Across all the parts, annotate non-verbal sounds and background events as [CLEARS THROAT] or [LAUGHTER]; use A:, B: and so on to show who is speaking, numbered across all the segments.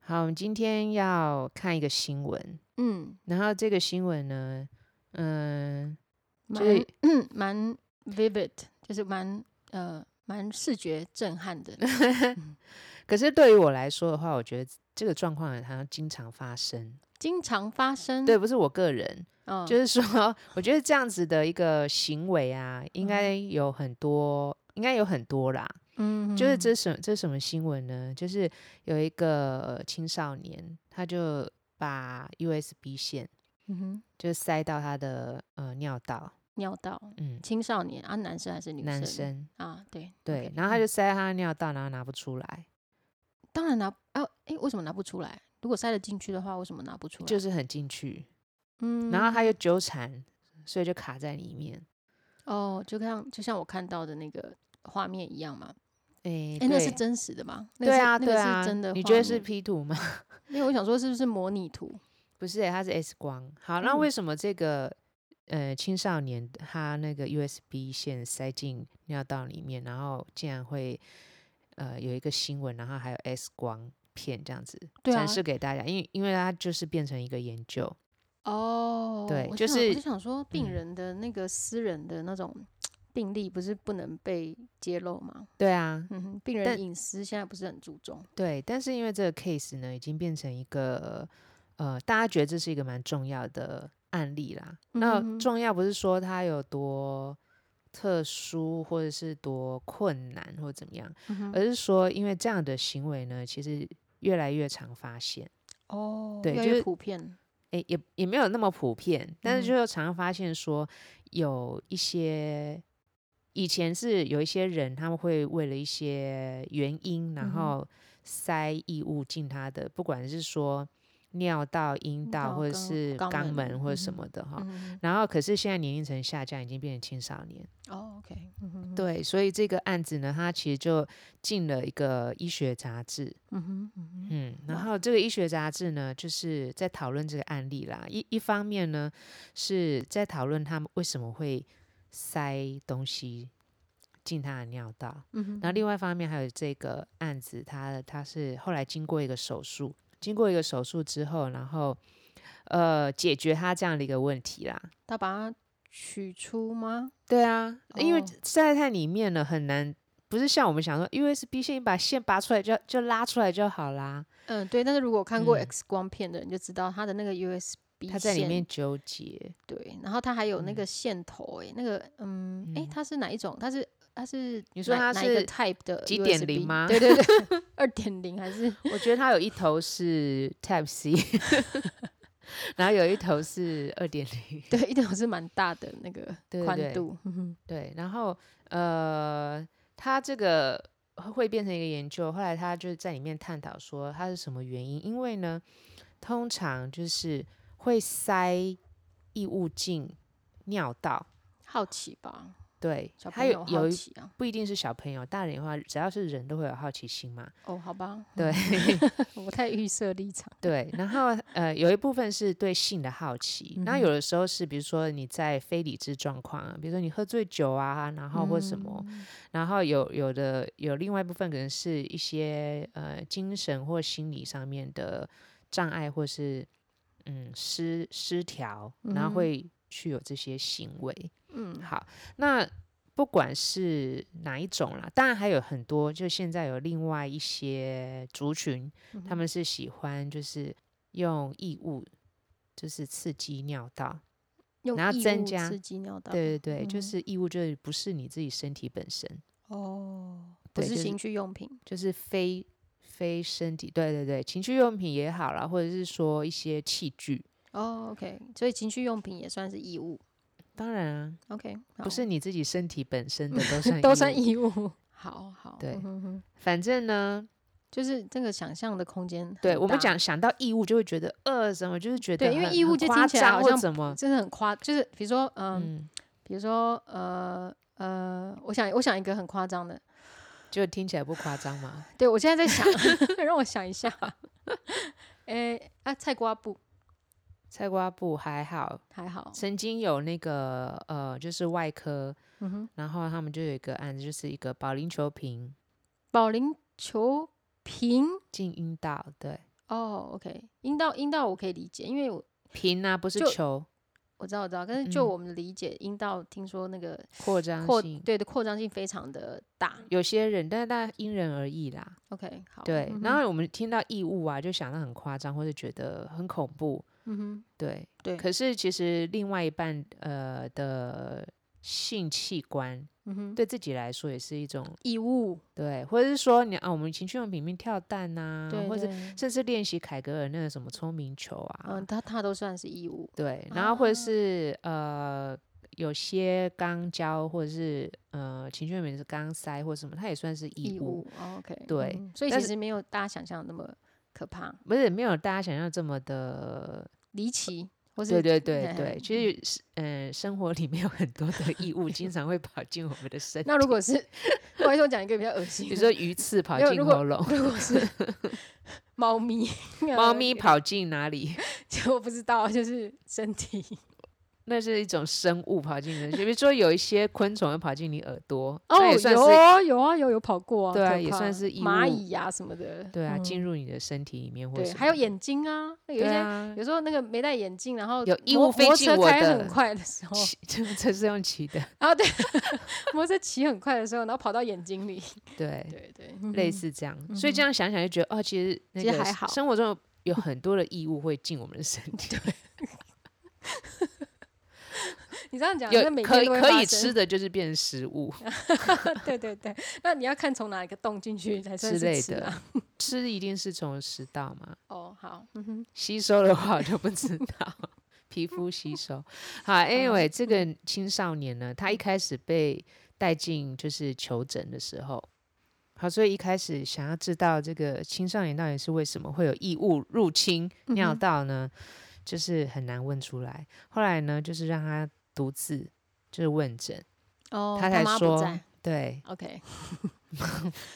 A: 好，我们今天要看一个新闻，
B: 嗯，
A: 然后这个新闻呢，嗯， [LAUGHS]
B: 蛮
A: 所以
B: [CLEARS THROAT] 蛮 vivid，就是蛮呃蛮视觉震撼的。
A: 可是对于我来说的话，我觉得这个状况好像经常发生。
B: 经常发生，
A: 对，，不是我个人，
B: 嗯，
A: 就是说，我觉得这样子的一个行为啊，应该有很多，应该有很多啦。
B: 嗯，
A: 就是这什这什么新闻呢？就是有一个、呃青少年，他就把 USB 线
B: 嗯哼，
A: 就塞到他的呃尿道，
B: 尿道，
A: 嗯，
B: 青少年啊，男生还是女生？
A: 男生
B: 啊，对
A: 对
B: OK，
A: 然后他
B: 嗯
A: 就塞他的尿道，然后拿不出来，
B: 当然拿啊，诶，为什么拿不出来？如果塞得进去的话，为什么拿不出来？
A: 就是很进去，
B: 嗯
A: 然后他又纠缠，所以就卡在里面。
B: 哦，就像就像我看到的那个画面一样嘛。
A: 诶，
B: 诶，那是
A: 对
B: 真实的吗？那
A: 对
B: 是
A: 啊，
B: 那
A: 对
B: 个
A: 啊，
B: 是真的。
A: 你觉得是？P 图吗？ [LAUGHS]
B: 因为我想说是不是模拟图？
A: 不是、欸，它是 S 光。好，那
B: 嗯
A: 为什么这个、呃青少年他那个 USB 线塞进尿道里面，然后竟然会呃有一个新闻，然后还有 S 光片这样子
B: 对啊
A: 展示给大家？因为因为它就是变成一个研究，
B: 哦，
A: 对
B: 我
A: 就
B: 想我
A: 是
B: 就想说，病
A: 嗯
B: 人的那个私人的那种病例不是不能被揭露吗？ [LAUGHS]
A: 对啊，
B: 嗯哼，病
A: 但
B: 人隐私现在不是很注重。
A: 对。但是因为这个 case 呢，已经变成一个呃大家觉得这是一个蛮重要的案例啦。
B: 嗯哼
A: 那
B: 哼
A: 重要不是说它有多特殊，或者是多困难，或者怎么样。
B: 嗯哼
A: 而是说，因为这样的行为呢，其实越来越常发现，
B: 哦，
A: 对
B: 越来
A: 就
B: 越
A: 是
B: 普遍。
A: 诶、也也没有那么普遍，但
B: 嗯
A: 是就是常常发现说，有一些以前是有一些人他们会为了一些原因，
B: 嗯
A: 然
B: 哼
A: 后塞异物进他的，不管是说尿道、阴
B: 阴
A: 道
B: 道
A: 或者
B: 跟
A: 是
B: 肛
A: 肛
B: 门
A: 门或者什
B: 嗯哼
A: 么的哈。
B: 嗯
A: 然后，可是现在年龄层下降，已经变成青少年。
B: 哼，哦，OK，嗯哼，，
A: 对，所以这个案子呢，它其实就进了一个医学杂志。
B: 嗯哼，嗯哼，
A: 嗯，然
B: 哇
A: 后这个医学杂志呢，就是在讨论这个案例啦。一一方面呢，是在讨论他们为什么会塞东西进他的尿道，
B: 嗯哼，
A: 然后另外一方面还有这个案子，他他是后来经过一个手术，经过一个手术之后，然后呃解决他这样的一个问题啦。
B: 他把它取出吗？
A: 对啊，因为
B: 哦
A: 塞在里面呢很难，不是像我们想说 USB 线，你把线拔出来就就拉出来就好啦，
B: 嗯，对。但是如果看过
A: 嗯
B: X 光片的人就知道，它的那个 USB
A: 它在里
B: 线
A: 面纠结。
B: 对，然后它还有那
A: 嗯
B: 个线头、欸，那个嗯，哎、
A: 嗯
B: 它是哪一种？它是它是
A: 你说
B: 哪
A: 它
B: 哪一个
A: 是
B: type 的
A: 几点
B: USB？
A: 零吗
B: 对对 [LAUGHS] 对，二点零还是
A: 我觉得它有一头是 Type C，然后有一头是二点零，
B: 对，一点是蛮大的那个
A: [LAUGHS] 对对
B: 宽
A: 对
B: 度。嗯哼
A: 对，然后呃，它这个会变成一个研究，后来他就在里面探讨说它是什么原因，因为呢，通常就是会塞异物进尿道，
B: 好奇吧，
A: 对，
B: 小朋
A: 还有
B: 友
A: 有
B: 好
A: 一
B: 奇啊。
A: 不一定是小朋友，大人的话，只要是人都会有好奇心嘛，
B: 哦，好吧， [LAUGHS]
A: 对
B: 我太预设立场。
A: 对，然后呃，有一部分是对性的好奇，那、
B: 嗯哼
A: 有的时候是比如说你在非理智状况啊，比如说你喝醉酒啊，然后或什么，
B: 嗯
A: 然后有有的有另外一部分可能是一些呃精神或心理上面的障碍，或是嗯失失调，
B: 嗯
A: 然
B: 哼
A: 后会去有这些行为。
B: 嗯，
A: 好，那不管是哪一种啦，当然还有很多，就现在有另外一些族群，他们是喜欢就是用异物，就是刺激尿道。
B: 用
A: 然后
B: 异
A: 增
B: 物
A: 加
B: 刺激尿道。
A: 对对对，就
B: 嗯
A: 是异物，就是不是你自己身体本身，
B: 哦，不
A: 对
B: 是
A: 就是
B: 情趣用品。
A: 就是非非身体。对对对，情趣用品也好啦，或者是说一些器具，
B: 哦，OK，所以情趣用品也算是异物。
A: 当然啊，
B: OK，好
A: 不是你自己身体本身的都算
B: 都算
A: [LAUGHS] 物。
B: 义务。好好，
A: 对
B: 嗯哼哼
A: 反正呢，
B: [LAUGHS] 就是这个想象的空间很大。
A: 对我们讲想到义务，就会觉得呃什么，就是觉得
B: 对因为
A: 很
B: 义务
A: 很
B: 就
A: 夸
B: 听起来
A: 张
B: 好
A: 或
B: 像
A: 怎么，
B: 真的很夸，就是比如说，嗯，
A: 嗯，
B: 比如说，呃呃，我想我想一个很夸张的，
A: 就听起来不夸张嘛。
B: 对我现在在
A: [LAUGHS]
B: 想，让我想一下， [LAUGHS] 诶、啊，菜瓜布
A: 菜瓜布还好，
B: 还好，
A: 曾经有那个呃，就是外科，
B: 嗯哼，
A: 然后他们就有一个案子，就是一个保龄球瓶
B: 保龄球瓶，
A: 进阴道，对，
B: 哦，OK，阴道阴道我可以理解，因为我
A: 瓶啊不是
B: 就
A: 球，
B: 我知道我知道，但是就
A: 嗯
B: 我们的理解，阴道听说那个
A: 扩张
B: 扩
A: 性。
B: 对的扩张性非常的大
A: 有些人，但是大家因人而异啦。
B: ，OK，好，
A: 对，
B: 嗯
A: 然
B: 哼
A: 后我们听到异物啊，就想到很夸张，或者觉得很恐怖。
B: 嗯哼，
A: 对，
B: 对，
A: 可是其实另外一半呃的性器官
B: 嗯哼，
A: 对自己来说也是一种
B: 异物，
A: 对，或者是说你啊，我们情趣用品里面跳蛋呐、
B: 对，
A: 嗯或者
B: 对
A: 甚至练习凯格尔那个什么聪明球啊，
B: 嗯，它它都算是异物，
A: 对，然后或
B: 啊
A: 者是、呃，有些肛交或者是呃情趣用品是肛塞或什么，它也算是异
B: 义
A: 物，
B: 务。哦 OK，
A: 对
B: 嗯所以
A: 但
B: 其
A: 是
B: 实没有大家想象的那么可怕、
A: 不是没有大家想象这么的。
B: 离奇，或是
A: 对对对
B: 嘿
A: 对，
B: 嘿
A: 其实是嗯、呃生活里面有很多的异物，经常会跑进我们的身
B: [LAUGHS]
A: 体。
B: 那如果是，我还说讲一个比较恶心的，
A: 比如说鱼刺跑
B: 没有
A: 进
B: 如果
A: 喉咙，
B: 如果是猫咪，
A: [LAUGHS]
B: [LAUGHS]
A: 猫咪，跑进哪里？ [LAUGHS]
B: 就我不知道，就是身体
A: 那是一种生物跑进人，比如说有一些昆虫会跑进你耳朵，
B: 哦，
A: [LAUGHS] 那也算是
B: 有啊有啊有有跑过啊，
A: 对啊
B: 可
A: 也
B: 怕
A: 算是异
B: 蚂
A: 物
B: 蚁呀、什么的，
A: 对啊，进
B: 嗯
A: 入你的身体里面或
B: 对，
A: 什
B: 还有
A: 么
B: 眼睛啊，那有一
A: 对
B: 些、
A: 啊，
B: 有时候那个没戴眼镜，然后
A: 有异
B: 摩
A: 物飞
B: 摩托
A: 进
B: 车
A: 我
B: 开
A: 的
B: 很快的时
A: [LAUGHS]
B: 候，
A: 骑这这是用骑的，
B: 然后对 [LAUGHS] 摩托车骑很快的时候，然后跑到眼睛
A: [LAUGHS]
B: 里，
A: 对，
B: 对对，
A: 类
B: 嗯
A: 似这样。所以这样想想就觉得，哦，其实那
B: 其
A: 个
B: 实还好
A: 生活中有有很多的异物会进我们的身
B: [LAUGHS]
A: 体，
B: 你这样讲，那
A: 有
B: 啊每
A: 可
B: 天
A: 以
B: 都会
A: 可
B: 发
A: 以
B: 生
A: 吃，的就是变成食物
B: [LAUGHS] 对对对。那你要看从哪一个洞进去才算
A: 之
B: 是
A: 类
B: 吃
A: 的
B: 啊。，
A: 吃一定是从食道嘛，
B: 哦，好，嗯哼，
A: 吸收的话我就不知道， [LAUGHS] 皮肤吸收。
B: [LAUGHS]
A: 好，anyway，这
B: 嗯
A: 个青少年呢，他一开始被带进就是求诊的时候，好，所以一开始想要知道这个青少年到底是为什么会有异物入侵尿
B: 嗯哼
A: 道呢，就是很难问出来。后来呢，就是让他独自就是问诊，
B: 哦，
A: 他才
B: 妈不
A: 说
B: 在
A: 对，
B: ，OK，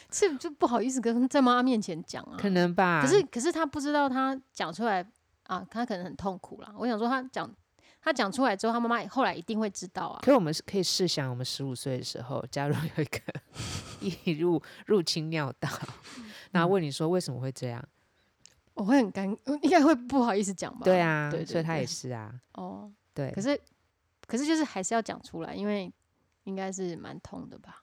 B: 这就不好意思跟在妈妈面前讲啊。
A: 可，能吧。
B: 可是可是他不知道，他讲出来啊，他可能很痛苦啦。我想说，他讲他讲出来之后，他妈妈后来一定会知道啊。
A: 可我们是可以试想，我们十五岁的时候，假如有一
B: [LAUGHS]
A: 个一入入侵尿道，
B: 嗯
A: 然后问你说为什么会这样？
B: 我哦会很尴，呃应该会不好意思讲吧？
A: 对，啊，
B: 嗯对
A: 所
B: 对
A: 以他
B: 对
A: 也是啊，
B: 哦，
A: 对。
B: 可是可是就是还是要讲出来，因为应该是蛮痛的吧？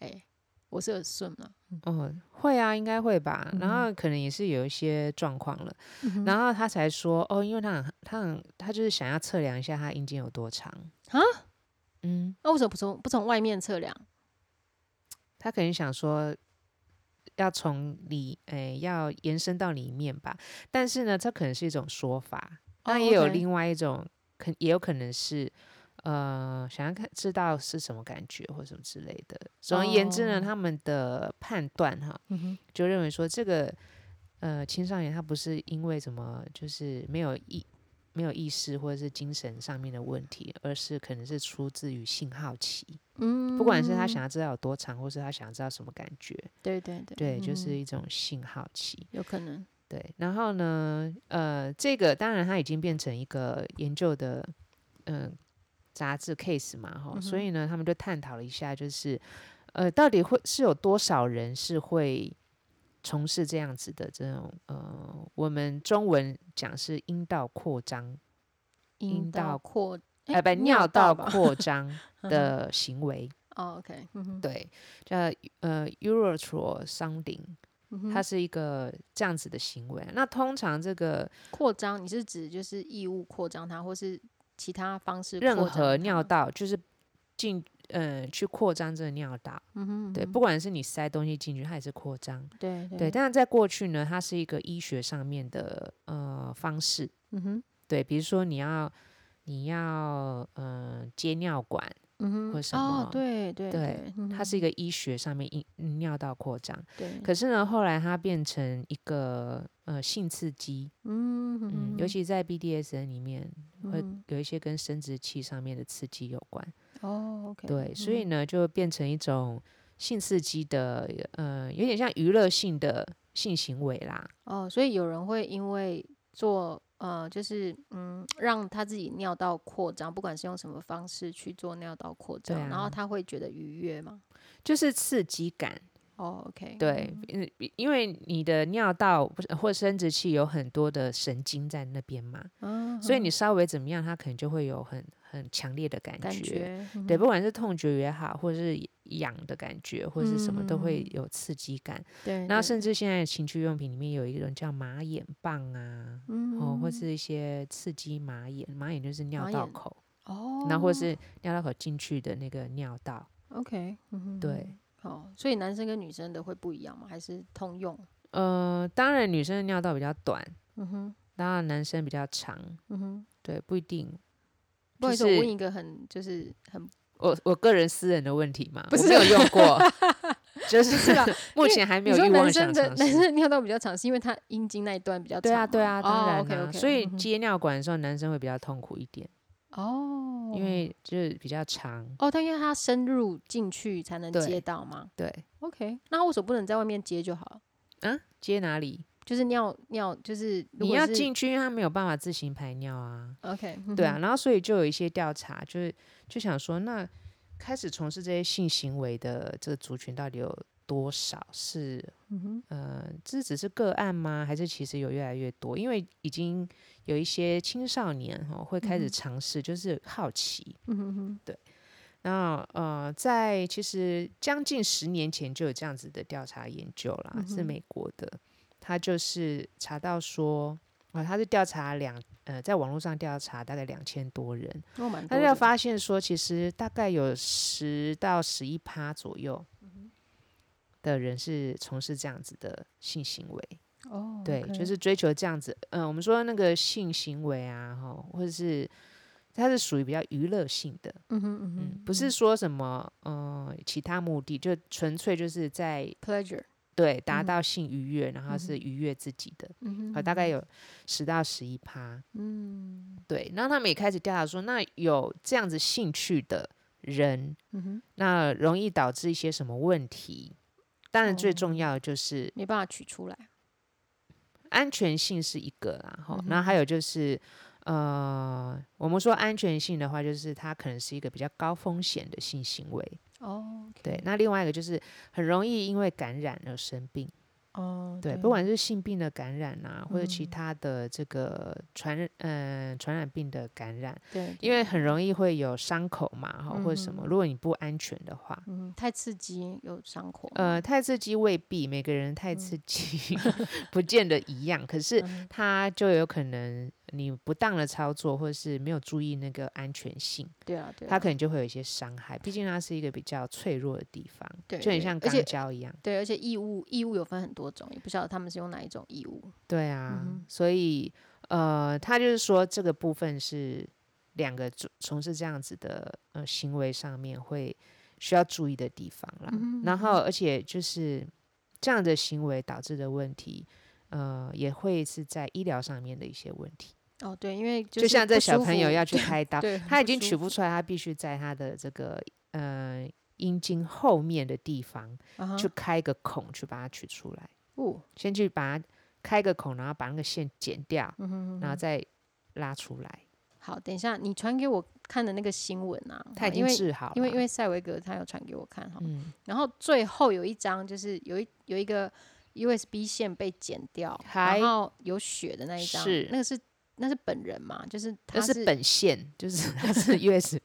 B: 哎、我是耳顺了，
A: 哦，会啊，应该会吧。
B: 嗯
A: 然后可能也是有一些状况了，然后他才说哦，因为他很他很他就是想要测量一下他阴茎有多长
B: 啊，
A: 嗯，
B: 那、为什么不从不从外面测量？
A: 他可能想说要从里诶、要延伸到里面吧，但是呢，这可能是一种说法，
B: 哦
A: 那也有另外一种，可也有可能是，呃，想要看知道是什么感觉或什么之类的。总而言之呢，
B: 哦
A: 他们的判断哈，
B: 嗯
A: 就认为说这个呃青少年他不是因为什么就是没有意没有意识或者是精神上面的问题，而是可能是出自于性好奇，
B: 嗯
A: 不管是他想，要知道有多长，或是他想要知道什么感觉，
B: 对对对，
A: 对，就
B: 嗯
A: 是一种性好奇。
B: 有可能，
A: 对，然后呢，呃，这个当然它已经变成一个研究的，嗯、杂志 case 嘛，
B: 嗯
A: 哈、所以呢，他们就探讨了一下，就是，呃，到底会是有多少人是会从事这样子的这种，呃，我们中文讲是阴道扩张，
B: 阴
A: 阴道
B: 道扩，
A: 哎、
B: 哎
A: 不，
B: 尿
A: 尿
B: 道
A: 道
B: 吧嗯
A: 扩张的行为，
B: 哦，OK，嗯哼，
A: 对，叫呃 urethral sounding，、
B: 嗯哼
A: 它是一个这样子的行为。啊那通常这个
B: 扩张，你是指就是异物扩张它，或是其他方式扩
A: 任
B: 张
A: 何
B: 它
A: 尿
B: 吗，
A: 道，就是进呃去扩张这个尿道，
B: 嗯哼，
A: 对，
B: 嗯
A: 不管是你塞东西进去，它也是扩张，
B: 哼对对
A: 对。但是在过去呢，它是一个医学上面的呃方式，
B: 嗯哼，
A: 对，比如说你要你要呃接尿管，
B: 嗯哼，
A: 或什么
B: 哦，对对嗯
A: 对，它是一个医学上面泌尿道扩张。
B: 对，
A: 可是呢，后来它变成一个呃性刺激，
B: 嗯哼
A: 嗯，
B: 哼
A: 尤其在 BDSN 里面会
B: 嗯
A: 有一些跟生殖器上面的刺激有关。
B: 哦，OK，
A: 对，所以呢，就变成一种性刺激的，呃，有点像娱乐性的性行为啦。
B: 哦，所以有人会因为做呃，就是嗯，让他自己尿道扩张，不管是用什么方式去做尿道扩
A: 对
B: 张，然后
A: 啊
B: 他会觉得愉悦嘛？
A: 就是刺激感，
B: 哦，OK，
A: 对，因因为你的尿道不是或生殖器有很多的神经在那边嘛，
B: 嗯，
A: 所以你稍微怎么样，它可能就会有很很强烈的感觉，
B: 嗯感觉
A: 对，不管是痛觉也好，或者是痒的感觉，或者是什么，都
B: 嗯
A: 会
B: 嗯嗯
A: 有刺激感。
B: 对，
A: 然后
B: 对
A: 甚至现在的情趣用品里面有一种叫马眼棒啊，
B: 嗯
A: 哦，或是一些刺激马眼，马眼就是尿
B: 马
A: 道
B: 眼
A: 口，
B: 哦，
A: 然后或是尿道口进去的那个尿道，
B: OK，嗯哼
A: 对。
B: 哼，哦，所以男生跟女生的会不一样吗？还是通用？
A: 呃，当然女生的尿道比较短，
B: 嗯哼，
A: 当然男生比较长，
B: 嗯哼，
A: 对，不一定。
B: 不好意思，
A: 是
B: 我问一个很就是很
A: 我我个人私人的问题嘛，
B: 不
A: 我
B: 是
A: 没有用
B: [LAUGHS]
A: 过，就是
B: 啦因
A: 目
B: 为
A: 前还
B: 你
A: 没有
B: 说
A: 欲望
B: 男
A: 想
B: 生的
A: 尝
B: 男生
A: 试。
B: 的尿道比较长，是因为他阴茎那一段比较长
A: 对啊，
B: 吗
A: 对啊，当然
B: 哦
A: 啦、
B: ，OK OK，
A: 所以接尿管的时候，男生会比较痛苦一点，
B: 哦，
A: 因为就是比较长。
B: 哦，他因为他深入进去才能
A: 对
B: 接到嘛。
A: 对，
B: OK，那为什么不能在外面接就好了？
A: 啊，接哪里？
B: 就是尿尿，就是如
A: 你
B: 果
A: 要
B: 是
A: 进去，因为他没有办法自行排尿啊。
B: OK，嗯
A: 对啊，然后所以就有一些调查，就是就想说，那开始从事这些性行为的这个族群到底有多少是？
B: 嗯
A: 呃，这只是个案吗？还是其实有越来越多？因为已经有一些青少年哦会
B: 嗯
A: 开始
B: 哼
A: 尝试，就是好奇。
B: 嗯哼哼，
A: 那呃，在其实将近十年前就有这样子的调查研究啦，是
B: 嗯哼
A: 美国的，他就是查到说，啊、他是调查两呃，在网络上调查大概两千多人，
B: 那我蛮
A: 他
B: 多
A: 就
B: 的
A: 发现说，其实大概有十到十一趴左右
B: 嗯
A: 的人是从事这样子的性行为，
B: 哦，
A: 对，就是追求这样子。嗯、我们说那个性行为啊，哈，或者是它是属于比较娱乐性的，
B: 嗯哼嗯
A: 嗯
B: 哼，
A: 不是说什么呃其他目的，就纯粹就是在
B: pleasure，
A: 对达
B: 嗯
A: 到性愉悦，然后
B: 嗯
A: 是愉悦自己的。
B: 嗯哼
A: 啊，大概有十到十一趴，
B: 嗯
A: 对。然后他们也开始调查说，那有这样子兴趣的人，
B: 嗯哼，
A: 那容易导致一些什么问题？当然，最
B: 哦
A: 重要的就是
B: 没办法取出来。
A: 安全性是一个啦，哈、然后还有就是，呃，我们说安全性的话，就是它可能是一个比较高风险的性行为，
B: 哦，
A: 对。那另外一个就是很容易因为感染而生病，
B: 哦，
A: 对，不管是性病的感染啊，或者其他的这个传染，嗯、传染病的感染，
B: 对，
A: 因为很容易会有伤口嘛，哈，或者什
B: 嗯
A: 么，如果你不安全的话，
B: 嗯，太刺激有伤口。
A: 呃，，太刺激未必，每个人
B: 嗯
A: 太刺激、 [LAUGHS] 不见得一样，可是它就有可能你不当的操作，或是没有注意那个安全性，
B: 对啊，对啊，
A: 它可能就会有一些伤害。毕竟它是一个比较脆弱的地方，
B: 对
A: 就很
B: 对
A: 像
B: 而且
A: 钢胶一样。
B: 对，而且异物异物有分很多种，也不晓得他们是用哪一种异物。
A: 对啊，
B: 嗯哼
A: 所以呃，他就是说这个部分是两个从从事这样子的呃行为上面会需要注意的地方啦。
B: 嗯哼嗯
A: 然后，而且就是这样的行为导致的问题，呃，也会是在医疗上面的一些问题，
B: 哦，对，因为
A: 就是像这
B: 不
A: 小
B: 舒
A: 朋友
B: 服
A: 要去开刀，
B: 对，
A: 他已经取
B: 舒
A: 不出来，他必须在他的这个呃阴茎后面的地方
B: 服啊哈
A: 去开一个孔去把它取出来。
B: 哦，
A: 先去把它开个孔，然后把那个线剪掉，
B: 嗯哼哼
A: 然后再拉出来。
B: 好，等一下你传给我看的那个新闻啊，
A: 它已
B: 因
A: 经
B: 为
A: 治好了，
B: 因为因为塞维格他有传给我看哈，
A: 嗯，
B: 然后最后有一张就是有一有一个 USB 线被剪掉，
A: 还
B: 然后有血的那一张，
A: 是
B: 那个是那是本人嘛，就是他
A: 那是本线，就是 [LAUGHS] 它是 US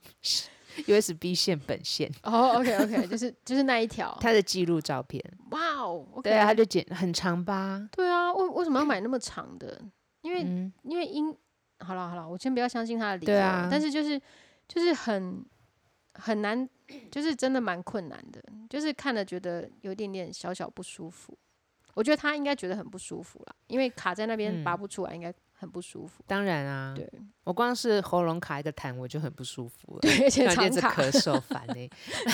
A: [LAUGHS] USB 线本线，
B: 哦，OK OK，就是就是那一条，
A: 它的记录照片。
B: 哇哦，OK，
A: 对啊，它就剪很长吧？
B: 对啊，为为什么要买那么长的？因为
A: 嗯，
B: 因为因好了好了，我先不要相信他的理由，
A: 对啊
B: 但是就是就是很很难，就是真的蛮困难的，就是看了觉得有一点点小小不舒服。我觉得他应该觉得很不舒服啦，因为卡在那边拔
A: 嗯
B: 不出来，应该很很不舒
A: [LAUGHS]
B: 服。
A: 当然啊，
B: 对
A: 我光是喉咙卡一个痰，我就很不舒服了。
B: 对，而且
A: 感觉
B: 常
A: 是
B: 卡
A: 咳嗽烦呢、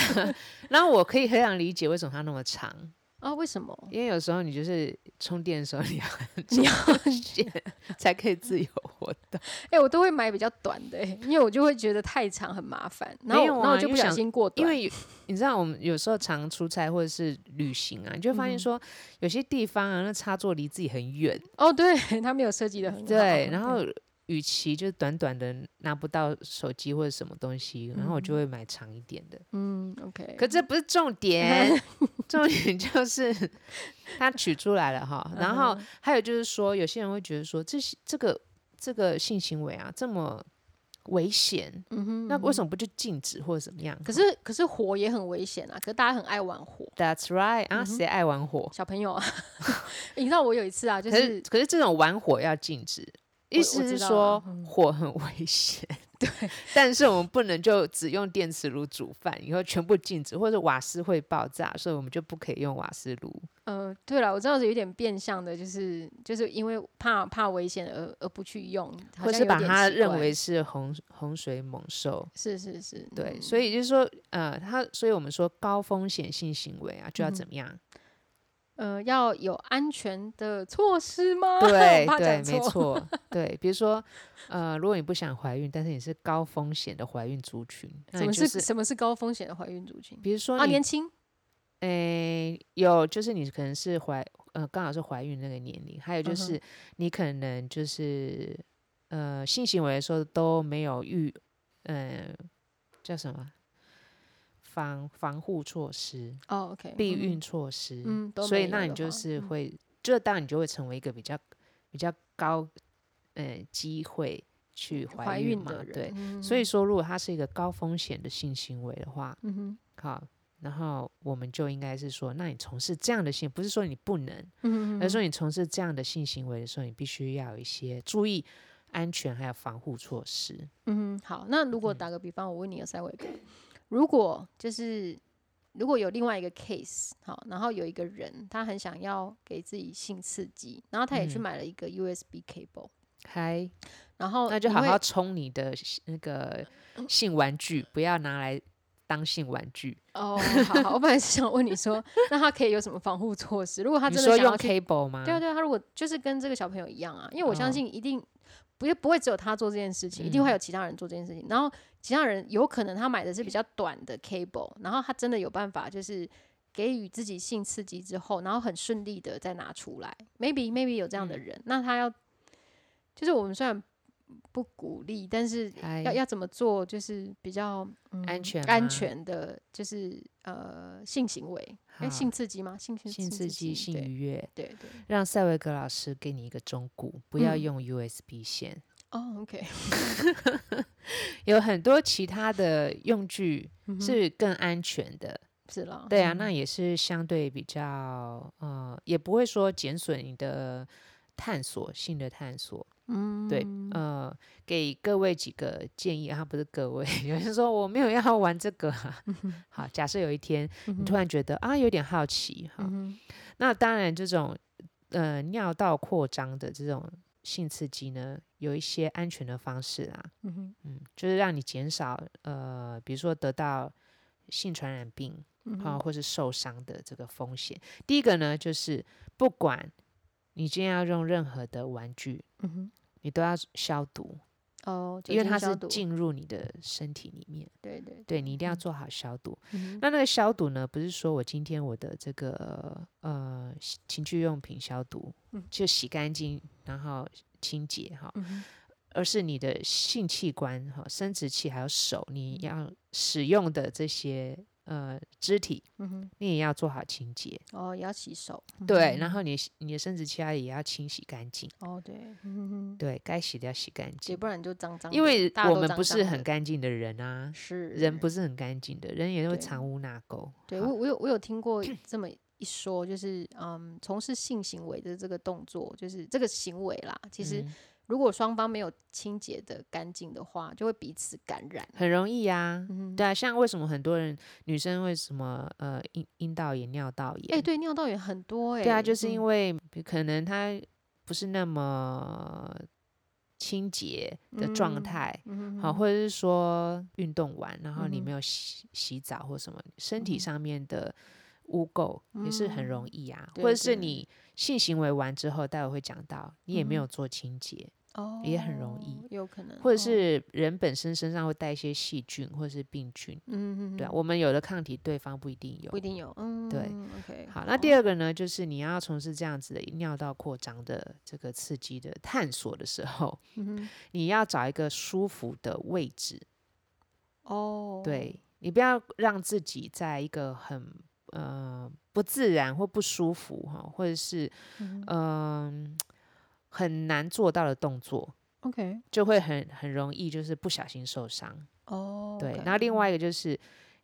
A: [LAUGHS] 然后我可以非常理解为什么它那么长，
B: 啊？为什么？
A: 因为有时候你就是充电的时候你要 [LAUGHS] 很
B: 你要 [LAUGHS]
A: 电 [LAUGHS] 才可以自由活动。
B: 哎、我都会买比较短的、欸，因为我就会觉得太长很麻烦，然后
A: 没有
B: 我、然后
A: 啊
B: 我就
A: 因
B: 不
A: 为
B: 小
A: 想
B: 心过短。
A: 因为有 [LAUGHS] 你知道，我们有时候常出差或者是旅行啊，你就会发
B: 嗯
A: 现说、有些地方啊，那插座离自己很远，
B: 哦，对， [LAUGHS] 他没有设计的很好。
A: 对，然后。与其就是短短的拿不到手机或者什么东西，然后我就会买长一点的。
B: 嗯，OK，
A: 可这不是重
B: [LAUGHS]
A: 点，重点就是 [LAUGHS] 它取出来了
B: 嗯
A: 哈。然后还有就是说，有些人会觉得说，这些这个这个性行为啊这么危险，
B: 嗯哼，
A: 那为
B: 么？
A: 什么不就禁止或者怎么样？
B: 可是可是火也很危险啊，可是大家很爱玩火，
A: That's right 啊，
B: 嗯哼
A: 谁爱玩火？
B: 小朋友啊， [LAUGHS] 你知道我有一次啊，就
A: 可是
B: 是
A: 可是这种玩火要禁止，
B: 我
A: 意
B: 我
A: 思
B: 知
A: 是
B: 道
A: 说
B: 啊嗯
A: 火很
B: [LAUGHS]
A: 危险。对，但是我们不能就只用电磁炉煮饭，以后全部禁止，或者瓦斯会爆炸，所以我们就不可以用瓦斯炉。
B: 呃，对了，我知道是有点变相的，就是就是因为怕怕危险而而不去用，好
A: 或
B: 像
A: 是
B: 有
A: 把
B: 点
A: 它
B: 奇
A: 认
B: 怪
A: 为是洪洪水猛兽。
B: 是是是，
A: 对，
B: 嗯
A: 所以就是说，呃，它，所以我们说高风险性行为啊，就要
B: 嗯
A: 怎么样？
B: 呃，要有安全的措施吗？ [LAUGHS] [LAUGHS]
A: 对
B: 我怕
A: 对
B: 讲，
A: 没错，对。比如说，呃，如果你不想怀孕，但是你是高风险的怀孕族群，那
B: 什
A: 你
B: 么、
A: 嗯就是是，
B: 什么是高风险的怀孕族群？
A: 比如说
B: 啊，
A: 你
B: 年，轻，
A: 诶、有就是你可能是怀，呃，刚好是怀孕那个年龄，还有就
B: 嗯哼
A: 是你可能就是，呃，性行为的时候都没有预，嗯、叫什么防防护措施。
B: 哦，OK，
A: 避
B: 嗯
A: 孕措施，
B: 嗯都
A: 所以
B: 没有
A: 那
B: 的
A: 你就
B: 话
A: 是
B: 嗯
A: 会，这当然你就会成为一个比较比较高，呃，机会去怀
B: 怀
A: 孕
B: 孕
A: 嘛，
B: 的人，
A: 对。
B: 嗯
A: 所以说，如果它是一个高风险的性行为的话，
B: 嗯哼，
A: 好，然后我们就应该是说，那你从事这样的性，不是说你不能，
B: 嗯
A: 而是说你从事这样的性行为的时候，你必须要有一些注意安全还有防护措施。
B: 嗯哼，好，那如果打个比方，我问你有三位哥，如果就是如果有另外一个 case，好，然后有一个人他很想要给自己性刺激，然后他也去
A: 嗯
B: 买了一个 USB cable，
A: 嗨，
B: 然后
A: 那就
B: 你
A: 好
B: 会
A: 好充你的那个
B: 嗯
A: 性玩具，不要拿来当性玩具。
B: 哦，好好，我本来是想问你说， [LAUGHS] 那他可以有什么防护措施？如果他
A: 你
B: 真的
A: 说
B: 想
A: 用
B: 要去
A: cable 吗？
B: 对啊，对啊，他如果就是跟这个小朋友一样啊，因为我相
A: 哦
B: 信一定不不会只有他做这件事情，一定会
A: 嗯
B: 有其他人做这件事情。然后其他人有可能他买的是比较短的 cable，然后他真的有办法就是给予自己性刺激之后，然后很顺利的再拿出来。Maybe maybe 有这样的
A: 嗯
B: 人，那他要就是我们虽然不鼓励，但是
A: 哎
B: 要要怎么做就是比较、嗯
A: 安全
B: 安
A: 吗
B: 全的，就是呃性行为，哎
A: 好
B: 性刺激吗？性
A: 性刺激、性
B: 对
A: 愉悦，
B: 对对
A: 让塞维格老师给你一个忠告，不要
B: 嗯
A: 用 USB 线。
B: 哦，OK、o
A: [LAUGHS]
B: k
A: 有很多其他的用具
B: 嗯哼
A: 是更安全的，
B: 是啦，
A: 对啊，那也是相对比较呃，也不会说减损你的探索性的探索。
B: 嗯，
A: 对，呃，给各位几个建议啊，不是各位， [LAUGHS] 有人说我没有要玩这个、啊，
B: 嗯
A: 好，假设有一天你突然觉得啊有点好奇，哈，
B: 嗯
A: 那当然，这种呃尿道扩张的这种性刺激呢，有一些安全的方式啦，
B: 哼，嗯哼，
A: 嗯，就是让你减少呃，比如说得到性传染病
B: 嗯
A: 啊、
B: 哼，
A: 或是受伤的这个风险。第一个呢，就是不管你今天要用任何的玩具，
B: 嗯哼，
A: 你都要消毒，
B: 哦，酒
A: 因为
B: 精
A: 它
B: 消
A: 是
B: 毒，
A: 进入你的身体里面，
B: 对对
A: 对你一定要做好消毒。
B: 嗯哼
A: 那那个消毒呢，不是说我今天我的这个呃洗情趣用品消毒，
B: 嗯
A: 就洗干净，然后清洁哈，
B: 嗯哼
A: 而是你的性器官哈、生殖器还有手，你
B: 嗯
A: 要使用的这些呃肢体，
B: 嗯哼，
A: 你也要做好清洁。
B: 哦，也要洗手，
A: 对，然后你你的生殖器它也要清洗干净，
B: 哦，对，嗯哼，
A: 对该洗的要洗干
B: 也
A: 净，
B: 不然你就脏脏的，
A: 因为
B: 大家
A: 我
B: 都
A: 们
B: 脏
A: 不是
B: 脏
A: 很
B: 的
A: 干净的人啊。
B: 是
A: 人不是很干净的，人也会
B: 对
A: 藏污纳垢。
B: 对
A: 好
B: 我，我有我有听过这么一说，就是嗯，从事性行为的这个动作，就是这个行为啦，其实
A: 嗯
B: 如果双方没有清洁的干净的话，就会彼此感染，
A: 很容易呀、
B: 嗯
A: 对啊，像为什么很多人女生为什么呃阴阴道炎、尿道炎？啊
B: 哎，对，尿道炎很多哎，
A: 对啊，就是因
B: 为
A: 为可能她不是那么清洁的状
B: 嗯
A: 态，
B: 嗯
A: 好、
B: 哼
A: 或者是说运动完，然后你
B: 嗯哼
A: 没有洗洗澡或什么，身
B: 嗯
A: 体上面的污垢也是很容易啊，
B: 对
A: 或者是
B: 对
A: 你性行为完之后，待会会讲到，你也
B: 嗯
A: 没
B: 哼
A: 有做清洁，
B: 哦
A: 也很容易
B: 有可能，
A: 或者
B: 哦
A: 是人本身身上会带一些细菌或是病菌，
B: 嗯嗯，
A: 对、啊，
B: 嗯
A: 我们有的抗体，对方不一定有
B: 不。一定有，哦嗯，
A: 对
B: ，OK，
A: 好，那第二个呢，就是你要从事这样子的尿道扩张的这个刺激的探索的时候，
B: 嗯
A: 你要找一个舒服的位置，
B: 哼哦，
A: 对你不要让自己在一个很呃不自然或不舒服哈，或者是
B: 嗯
A: 嗯、很难做到的动作，
B: ，OK，
A: 就会很很容易就是不小心受伤。
B: 哦，
A: 对
B: OK，
A: 然后另外一个就是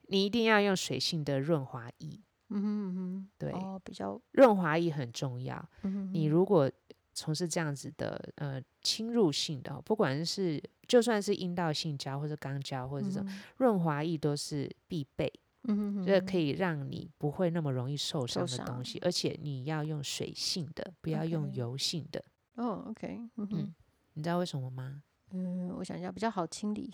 A: 你一定要用水性的润滑液，
B: 嗯哼嗯哼，
A: 对
B: 哦，比较，
A: 润滑液很重要。
B: 嗯哼
A: 你如果从事这样子的呃侵入性的哦，不管是就算是阴道性交或者肛交或者是什么，润滑液都是必备。
B: 嗯哼嗯
A: 这
B: 哼
A: 可以让你不会那么容易受
B: 受
A: 伤的
B: 伤
A: 东西，而且你要用水性的，不要用
B: OK
A: 油性的。
B: 哦，OK，嗯哼
A: 嗯，你知道为什么吗？
B: 嗯，我想一下，比较好清理，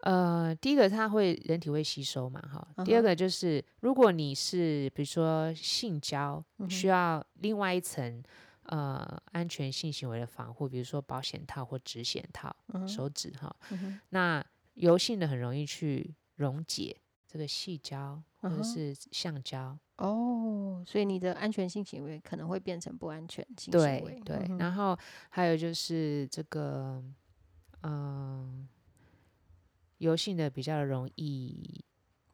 A: 呃，第一个它会人体会吸收嘛，哈。第
B: 嗯
A: 二
B: 哼
A: 个就是，如果你是比如说性交，
B: 嗯
A: 需要另外一层呃安全性行为的防护，比如说保险套或纸险套、
B: 嗯哼
A: 手指哈。
B: 嗯哼
A: 那油性的很容易去溶解这个细胶或
B: 嗯
A: 者
B: 哼
A: 是橡胶。
B: 哦，所以你的安全性行为可能会变成不安全性行
A: 对
B: 为，
A: 对，
B: 嗯哼
A: 然后还有就是这个，嗯，油性的比较容易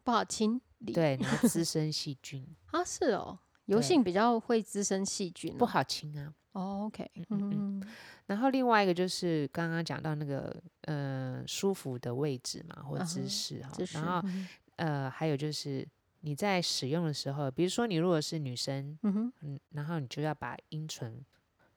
B: 不好清理，
A: 对，然后滋生细菌，
B: 啊，是哦，油
A: 对
B: 性比较会滋生细菌哦，
A: 不好清啊。
B: 哦，OK，
A: 嗯嗯
B: 嗯
A: 然后另外一个就是刚刚讲到那个，呃，舒服的位置嘛，或
B: 嗯
A: 姿
B: 哼
A: 势哈、
B: 这是，
A: 然后
B: 嗯
A: 呃，还有就是你在使用的时候，比如说你如果是女生，
B: 哼嗯哼
A: 嗯，然后你就要把阴唇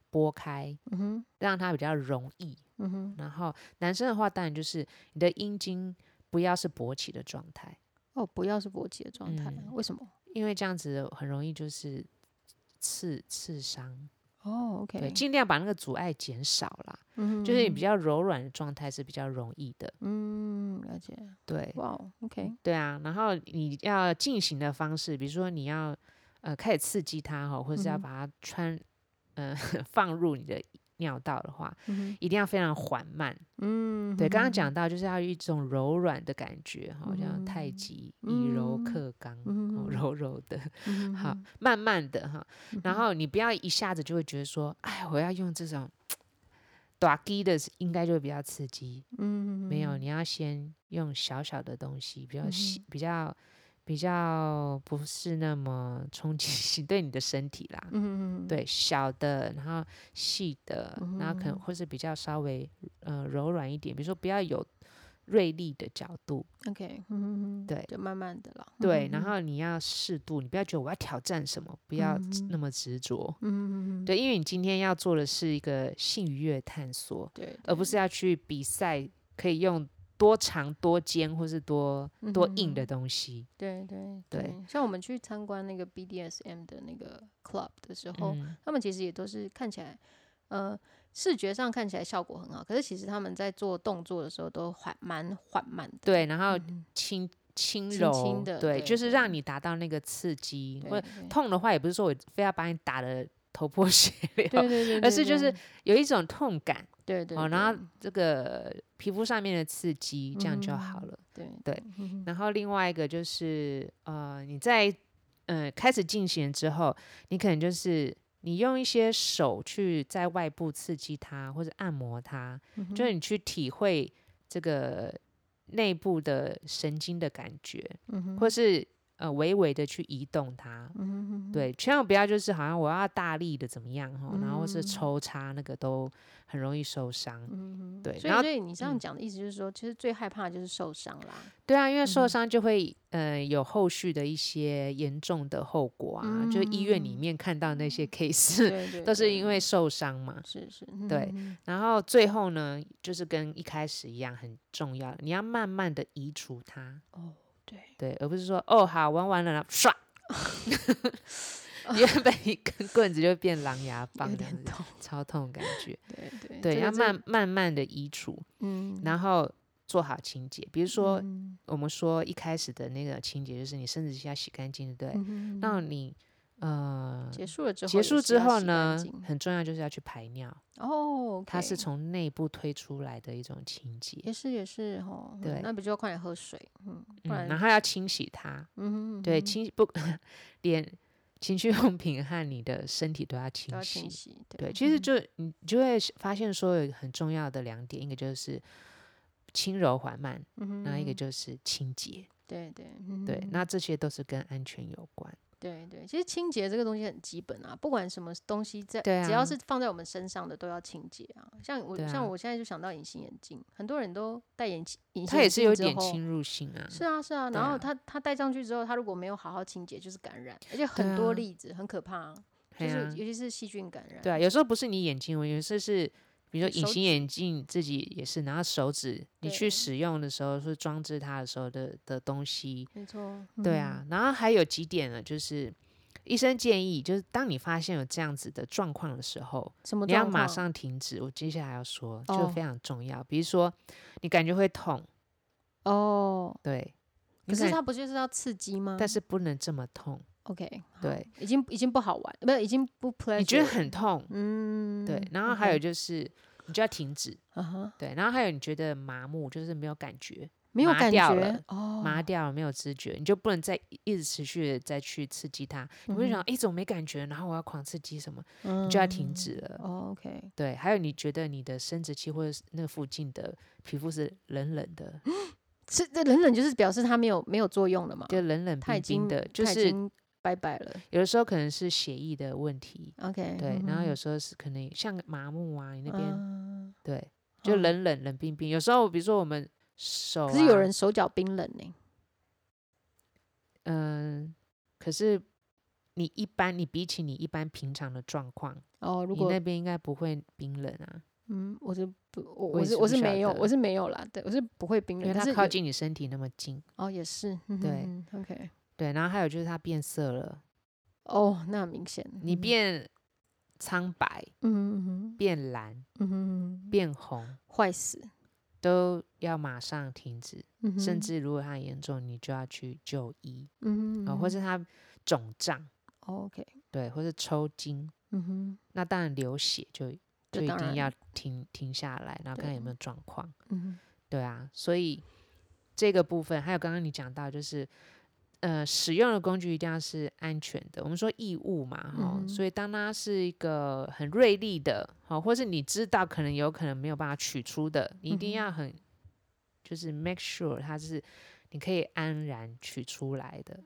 A: 拨开，
B: 嗯哼
A: 让它比较容易
B: 嗯哼，
A: 然后男生的话，当然就是你的阴茎不要是勃起的状态，
B: 哦，不要是勃起的状态，
A: 嗯
B: 为什么？
A: 因为这样子很容易就是刺刺伤。
B: 哦
A: 对，
B: ，OK，
A: 尽量把那个阻碍减少啦，
B: 嗯
A: 就是你
B: 哼
A: 比较柔软的状态是比较容易的。
B: 嗯，了解，
A: 对，
B: 哇哦，OK，
A: 对啊。然后你要进行的方式，比如说你要呃开始刺激它哈，或者是要
B: 嗯哼
A: 把它穿呃 [LAUGHS] 放入你的尿道的话，
B: 嗯哼
A: 一定要非常缓慢。
B: 嗯，
A: 对，刚
B: 嗯，
A: 刚讲到就是要有一种柔软的感觉，哈、像太
B: 嗯
A: 极以柔克刚，
B: 嗯
A: 哦柔柔的，
B: 嗯
A: 好
B: 嗯，
A: 慢慢的哈。
B: 嗯
A: 然后你不要一下子就会觉得说，哎，我要用这种短低的，应该就会比较刺激。
B: 嗯，
A: 没有，
B: 嗯
A: 你要先用小小的东西，比较
B: 嗯
A: 细
B: 哼，
A: 比较比较不是那么冲击 [LAUGHS] 性对你的身体啦。
B: 嗯，嗯，
A: 对，小的，然后细的，然后可能
B: 嗯
A: 或是比较稍微呃柔软一点，比如说不要有锐利的角度，
B: ，OK，嗯，嗯嗯
A: 对
B: 就慢慢的了，
A: 对，
B: 嗯
A: 然，后你要适度，你不要觉得我要挑战什么，不要执
B: 嗯
A: 那么执着，
B: 嗯嗯嗯嗯，
A: 对，因为你今天要做的是一个性愉悦探索，
B: 对，
A: 而不是要去比赛，可以用多长、多尖或是多多硬的
B: 嗯
A: 东西，
B: 对对
A: 对，
B: 像我们去参观那个 BDSM 的那个 club 的时候，
A: 嗯，
B: 他们其实也都是看起来，呃，视觉上看起来效果很好，可是其实他们在做动作的时候都缓蛮缓慢的，
A: 对，然后
B: 嗯，
A: 轻轻
B: 轻
A: 柔，
B: 轻的
A: 对，
B: 对嗯
A: 就是让
B: 对
A: 你达到那个刺激，
B: 对
A: 或
B: 对
A: 痛的话，也不是说我非要把你打的头破血
B: 对
A: [LAUGHS] 流，
B: 对对，
A: 而
B: 对
A: 是就
B: 对
A: 是有一种痛感
B: 对对，
A: 哦，然后
B: 对
A: 这个皮肤上面的刺激，这样就好
B: 嗯
A: 了。
B: 对
A: 对
B: 对，嗯
A: 然后另外一个就是呃，你在呃开始进行之后，你可能就是。你用一些手去在外部刺激它，或者按摩它，
B: 嗯哼
A: 就是你去体会这个内部的神经的感觉，
B: 嗯哼
A: 或是呃微微的去移动它，
B: 嗯哼嗯哼
A: 对，千万不要就是好像我要大力的怎么样哈，然后或是
B: 嗯
A: 抽插那个都很容易受伤。
B: 嗯哼
A: 对
B: 所以
A: 然后
B: 所以你这样
A: 嗯
B: 讲的意思就是说，其实最害怕的就是受伤啦，
A: 对啊，因为
B: 嗯
A: 受伤就会呃有后续的一些严重的后果啊，就是医院里
B: 嗯
A: 面看到那些 case
B: 对对，
A: 都是
B: 对
A: 因为受伤嘛。
B: 是是，
A: 对
B: 嗯
A: 然后最后呢，就是跟一开始一样很重要，你要慢慢的移除它，
B: 哼哦对， [LAUGHS]
A: 对，而不是说哦好玩完了啦，唰，你会被一根棍子就变狼牙棒
B: 有
A: 这样
B: 点
A: 子，
B: 痛。
A: 超痛的感觉。
B: 对对
A: 对，
B: 这个
A: 要
B: 是
A: 慢慢慢的移除，
B: 嗯，
A: 然后做好清洁。比如说，
B: 嗯
A: 我们说一开始的那个清洁，就是你身子是要洗干净，对不对？
B: 嗯
A: 那你呃
B: 结束了之后
A: 结
B: 也
A: 束
B: 是
A: 之
B: 要
A: 后
B: 洗干
A: 呢
B: 净，
A: 很重要就是要去排尿，
B: 哦，OK，
A: 它是从内部推出来的一种清洁，
B: 也是也是哦，嗯
A: 对
B: 那不就快点喝水，嗯，不
A: 嗯，
B: 然
A: 然后要清洗它，
B: 嗯
A: 对，
B: 嗯
A: 清不 [LAUGHS] 连情趣用品和你的身体都要
B: 都
A: 清
B: 要
A: 洗
B: 清。洗，嗯
A: 对，其实就你就会发现说有一个很重要的两点，一个就是轻柔缓慢，
B: 嗯
A: 然后一个
B: 哼
A: 就是清洁。
B: 对对
A: 对，
B: 嗯
A: 那这些都是跟安全有关。
B: 对对，其实清洁这个东西很基本啊，不管什么东西在，
A: 对
B: 只要
A: 啊
B: 是放在我们身上的都要清洁啊。像我、
A: 对啊
B: 像我现在就想到隐形眼镜，很多人都戴眼镜，隐形
A: 它也
B: 眼
A: 是
B: 镜
A: 有
B: 之
A: 点
B: 后
A: 侵入性啊。
B: 是啊是啊，
A: 对
B: 然后
A: 啊
B: 它它戴上去之后，它如果没有好好清洁，就是感染，而且
A: 对
B: 很多
A: 啊
B: 例子很可怕、啊，就
A: 嘿
B: 是
A: 啊
B: 尤其是细菌感染。
A: 对啊，有时候不是你眼睛问题，有时候是比如
B: 你
A: 说隐
B: 手
A: 形眼镜自己也是，然后手指
B: 对
A: 你去使用的时候，是装置它的时候的的东西。
B: 没错，
A: 对
B: 嗯
A: 啊，然后还有几点呢，就是医生建议，就是当你发现有这样子的状况的时候，
B: 嗯，什么
A: 你要
B: 状
A: 马
B: 况
A: 上停止。我接下来要说，
B: 哦
A: 就非常重要。比如说，你感觉会痛，
B: 哦。
A: 对，
B: 可
A: 你
B: 是
A: 感
B: 它不就是要刺激吗？
A: 但是不能这么痛，
B: OK，好
A: 对，
B: 已经已经不好玩，不是已经不 pleasure，
A: 你觉得很痛，
B: 哦嗯，
A: 对。然后还有
B: OK，
A: 就是，你就要停止，
B: 啊哈
A: 对。然后还有你觉得麻木，就是没有感觉，
B: 没有
A: 麻
B: 感
A: 掉
B: 觉
A: 了
B: 哦，
A: 麻掉了，没有知觉，你就不能再一一直持续的再去刺激它。你会
B: 嗯
A: 想，哎、怎么没感觉？然后我要狂刺激什么？
B: 嗯
A: 你就要停止了。
B: 哦，OK，
A: 对，还有你觉得你的生殖器或者是那附近的皮肤是冷冷的，
B: 是这冷冷就是表示它没有没有作用了嘛，
A: 就冷冷
B: 它已
A: 冰
B: 经
A: 冰的，就
B: 它已
A: 是
B: 经拜拜了
A: 有的时候可能是血液的问题，
B: ，OK，
A: 对，然后有
B: 嗯
A: 时候是可能像麻木啊，你那边、
B: 啊
A: 对，就
B: 好
A: 冷冷冷冰冰。有时候比如说我们手、啊，
B: 可是有人手脚冰冷呢，
A: 嗯、可是你一般你比起你一般平常的状况，
B: 哦，如
A: 你
B: 果
A: 那边应该不会冰冷啊，
B: 嗯，我是不我
A: 我
B: 我
A: 也
B: 是
A: 是
B: 我
A: 不
B: 是
A: 晓
B: 没有
A: 得
B: 我是没有啦，对我是不会冰
A: 因
B: 冷，
A: 为
B: 但嗯
A: 它
B: 是
A: 靠
B: 有
A: 近你身体那么近。
B: 哦也是，嗯
A: 对
B: 哼哼，OK，
A: 对，然后还有就是它变色了，
B: 哦，那很明显，
A: 你
B: 嗯
A: 变苍白、
B: 嗯嗯哼
A: 变蓝、
B: 嗯哼，
A: 变红，
B: 坏死，
A: 都要马上停止。
B: 嗯
A: 甚
B: 哼
A: 至如果它很严重，你就要去就医
B: 嗯哼
A: 啊、呃或是它肿胀，
B: 哦 OK，
A: 对，或是抽筋，
B: 嗯哼
A: 那当然流血就
B: 这
A: 就一
B: 当
A: 定
B: 然
A: 要停停下来，然后看看有没有状况。
B: 嗯哼
A: 对啊，所以这个部分还有刚刚你讲到就是。呃，使用的工具一定要是安全的。我们说异物嘛，哈、
B: 嗯哼
A: 所以当它是一个很锐利的，好，或是你知道可能有可能没有办法取出的，你一定
B: 嗯哼
A: 要很、就是 make sure 它是你可以安然取出来的。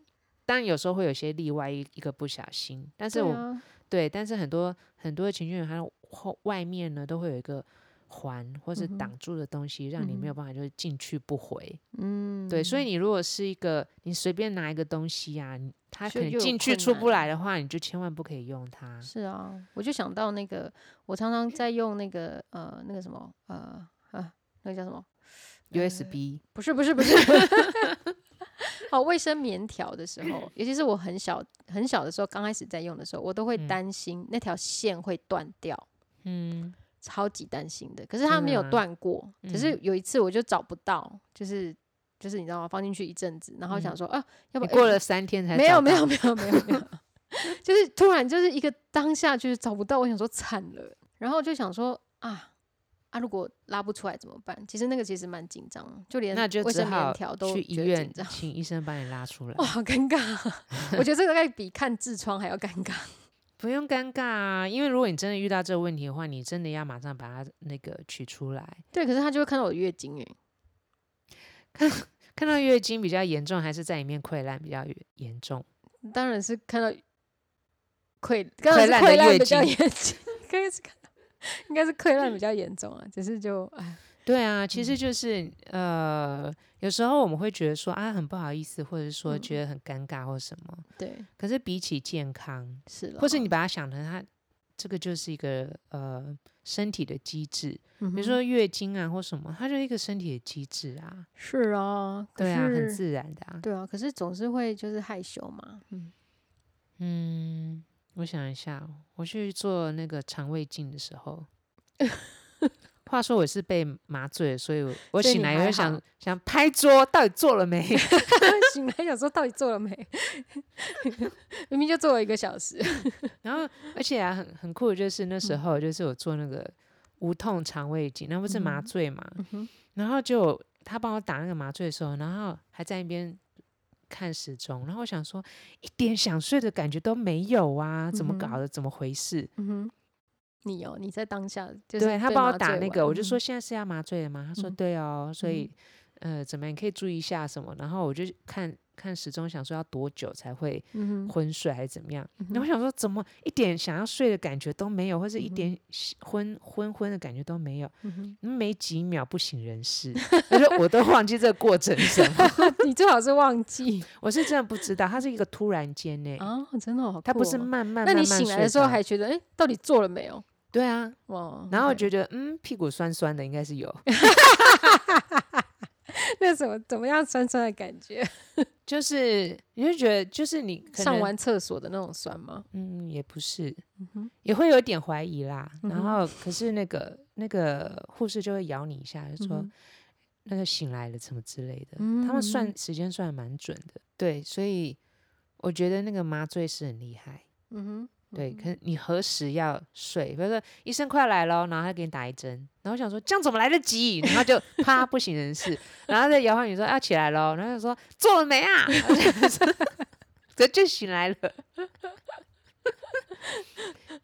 A: 当然有时候会有些例外，一一个不小心，但是
B: 对
A: 我
B: 啊
A: 对，但是很多很多的情绪人，它后外面呢都会有一个环或是
B: 嗯哼
A: 挡住的东西，让你没有
B: 嗯
A: 办法就是进去不回。
B: 嗯，
A: 对，所以你如果是一个你随便拿一个东西啊，你它
B: 所
A: 可
B: 以
A: 能
B: 就有
A: 进去
B: 困
A: 出不
B: 难
A: 来的话，你就千万不可以用它。
B: 是啊，我就想到那个，我常常在用那个呃那个什么呃啊那个叫什么？
A: USB
B: 不是不是不 [LAUGHS] 是，哦卫生棉条的时候，尤其是我很小很小的时候，刚开始在用的时候，我都会
A: 嗯
B: 担心那条线会断掉。
A: 嗯，
B: 超级担心的，可是它
A: 真的
B: 没有
A: 吗
B: 断过，只是
A: 嗯
B: 有一次我就找不到，就是就是你知道吗？放进去一阵子，然后想
A: 嗯
B: 说，啊，要不
A: 你
B: 要
A: 过了三天才
B: 没有
A: 找
B: 没有
A: 到
B: 没有没有没有， [LAUGHS] 就是突然就是一个当下就是找不到，我想说惨了，然后就想说啊啊，如果拉不出来怎么办？其实那个其实蛮紧张的，就连
A: 那就
B: 卫
A: 只
B: 生棉
A: 好
B: 条都
A: 去医
B: 觉得紧
A: 院
B: 张
A: 请医生帮你拉出来
B: 哇，。好尴尬啊！ [LAUGHS] 我觉得这个大概比看痔疮还要尴尬。
A: 不用尴尬啊，因为如果你真的遇到这个问题的话，你真的要马上把它那个取出来。
B: 对，可是他就会看到我的月经哎，
A: 看到月经比较严重，还是在里面溃烂比较严重？
B: 当然是看到溃，当然是
A: 烂
B: 溃
A: 的
B: 烂
A: 月
B: 比较
A: 经
B: 严重， [LAUGHS] 应该是看到，应该是溃烂比较严重啊。只是就哎，
A: 对啊，其实
B: 嗯
A: 就是、呃，有时候我们会觉得说啊，很不好意思，或者说
B: 嗯
A: 觉得很尴尬或什么。
B: 对，
A: 可是比起健康，
B: 是了。
A: 或是你，把它想成它这个就是一个呃身体的机制，
B: 比
A: 比如
B: 嗯
A: 说月经啊或什么，它就是一个身体的机制啊，
B: 是啊，可
A: 对啊，很
B: 是
A: 自然的啊。 [LAUGHS]
B: 对啊，可是总是会就是害羞嘛，嗯，
A: 嗯，我想一下哦，我去做那个肠胃镜的时
B: [LAUGHS]
A: 候，话说我是被麻醉的，所以我我
B: 所以
A: 醒
B: 你
A: 来也
B: 还好
A: 会想想拍桌，到底做了没？ [LAUGHS]
B: 醒来想说到底做了没？ [LAUGHS] 明明就做了一个小时，
A: 然后，而且啊，很很酷的就是那
B: 嗯
A: 时候，就是我做那个无痛肠胃镜，那不是
B: 嗯
A: 麻醉嘛？然后就他帮我打那个麻醉的时候，然后还在那边看时钟，然后我想说一点想睡的感觉都没有啊，怎么
B: 嗯哼
A: 搞的？怎么回事？
B: 嗯哼，你哦，你在当下就是
A: 对他
B: 被
A: 帮我
B: 麻
A: 打
B: 醉
A: 那
B: 完
A: 个，我就
B: 嗯
A: 说现在是要麻醉了吗？他说
B: 嗯
A: 对哦，所以呃怎么样，你可以注意一下什么？然后我就看看时钟，想说要多久才会
B: 嗯哼嗯
A: 昏睡还是怎么样？然后我想说，怎么一点想要睡的感觉都没有，或者一
B: 嗯哼
A: 点喜昏昏昏的感觉都没有，
B: 嗯哼 [LAUGHS]
A: 没几秒不省人事。 [LAUGHS] 他说我都忘记这个过程是什
B: [LAUGHS]
A: 么，
B: 你最好是忘
A: [LAUGHS]
B: 记
A: 我是真的不知道，它是一个突然间呢、
B: 啊，真的好
A: 它不
B: 酷
A: 是
B: 哦
A: 慢慢慢慢
B: 那你醒来的
A: 睡
B: 时候
A: 着
B: 还觉得，哎、到底做了没有？
A: 对啊，
B: 哇！
A: 然后我
B: OK
A: 觉得嗯屁股酸酸的应该是有，
B: 那什么怎么样酸酸的感觉，
A: 就是你就觉得就是你可
B: 上
A: 能
B: 完厕所的那种酸吗？
A: 嗯也不是
B: 哼，
A: 也会有点怀疑啦。
B: 嗯
A: 然
B: 哼
A: 后可是那个那个护士就会咬你一下，就说。
B: 嗯哼
A: 那个醒来了什么之类的，他
B: 嗯
A: 们算时间算得蛮准的。对，所以我觉得那个麻醉师很厉害。
B: 嗯哼，
A: 对，可是你何时要睡？比如说医生快来咯，然后他给你打一针，然后我想说这样怎么来得及？然
B: [LAUGHS]
A: 后就啪不省人事，然后再摇晃你说要、起来咯，然后就说做了没啊？ [LAUGHS] 这就醒来了。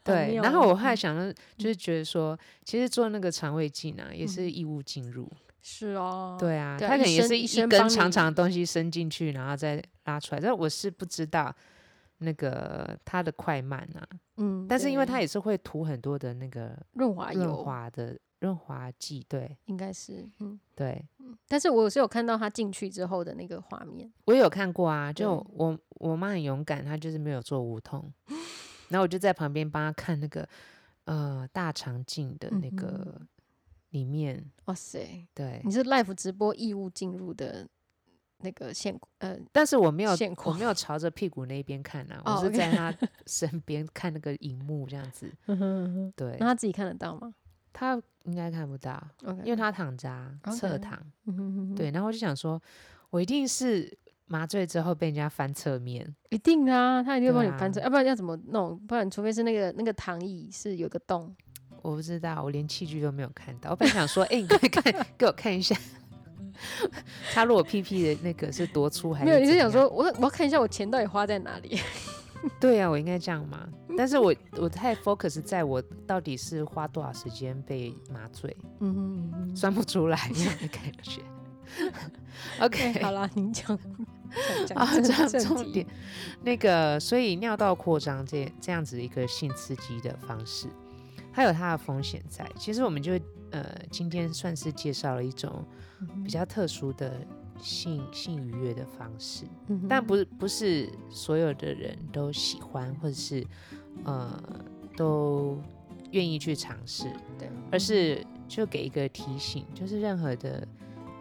A: 对，
B: 妙嗯
A: 然后
B: 哦
A: 我后来想到，就是觉得说，其实做那个肠胃镜啊，也是义务进入。
B: 是嗯哦，，
A: 对啊，
B: 对啊
A: 它
B: 医
A: 可能也
B: 生
A: 是
B: 医
A: 一
B: 生
A: 根
B: 帮
A: 长
B: 你
A: 长的东西伸进去，然后再拉出来。但我是不知道那个它的快慢啊，
B: 嗯，
A: 但是因为它
B: 对
A: 也是会涂很多的那个
B: 润滑
A: 润
B: 油，
A: 滑的润滑剂，对
B: 应该是，嗯，
A: 对。
B: 但是我是有看到他进去之后的那个画面，
A: 我有看过啊，就
B: 对
A: 我我妈很勇敢，她就是没有做无
B: [LAUGHS]
A: 痛，然后我就在旁边帮她看那个呃大肠镜的那
B: 嗯哼嗯
A: 个里面，
B: 哇塞，
A: 对
B: 你，是 live 直播义务进入的那个现呃
A: 但是我没有
B: 现
A: 我
B: 况
A: 没有朝着屁股那边看啊，
B: 哦
A: 我是
B: ，OK 嗯
A: 在她身边看那个荧幕这
B: [LAUGHS]
A: 样子，对
B: 那，他自己看得到吗
A: 他应该看不到，
B: ？OK，
A: 因为他躺着啊，侧
B: OK
A: 躺。
B: 嗯哼哼哼
A: 对，然后我就想说，我一定是麻醉之后被人家翻侧面，
B: 一定啊，他一定会帮
A: 对
B: 你翻
A: 啊
B: 车，要、不然要怎么弄？不然除非是那个那个躺椅是有个洞，
A: 我不知道，我连器具都没有看到。我本来想说，哎、你快看， [LAUGHS] 给我看一下，插入我屁屁的那个是多粗还是
B: 没有，你是
A: 怎
B: 想
A: 样
B: 说我我要看一下我钱到底花在哪
A: [LAUGHS]
B: 里？
A: 对啊，我应该这样嘛？但是我我太 focus 在我到底是花多少时间被麻醉，
B: 嗯哼嗯 [LAUGHS] 哼，
A: 算不出来那样的感 [LAUGHS] 觉。OK，
B: 哎好啦，你讲讲
A: 啊，
B: 讲正
A: 这
B: 正
A: 重
B: 题
A: 点，，那个，所以尿道扩张这这样子一个性刺激的方式，它有它的风险在。其实我们就呃，今天算是介绍了一种
B: 嗯
A: 比较特殊的性性愉悦的方式，
B: 嗯哼
A: 但不是不是所有的人都喜欢，或者是呃都愿意去尝试，
B: 对，
A: 而是就给一个提醒，就是任何的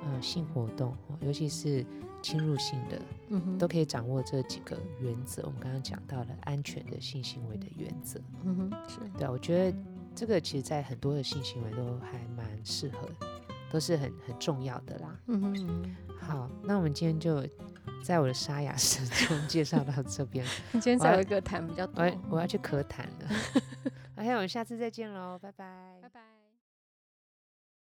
A: 呃性活动，哦尤其是侵入性的。
B: 嗯哼
A: 都可以掌握这几个原则。我们刚刚讲到了安全的性行为的原则，
B: 嗯哼是
A: 对、啊、我觉得这个其实，在很多的性行为都还蛮适合，都是很很重要的啦。
B: 嗯哼嗯
A: 好，那我们今天就在我的沙哑声中介绍到这边，
B: 哼，你今天
A: 我要
B: 才有一个谈比较
A: 我
B: 多
A: [LAUGHS] 要。我要去咳痰了。OK，我们下次再见喽，拜拜。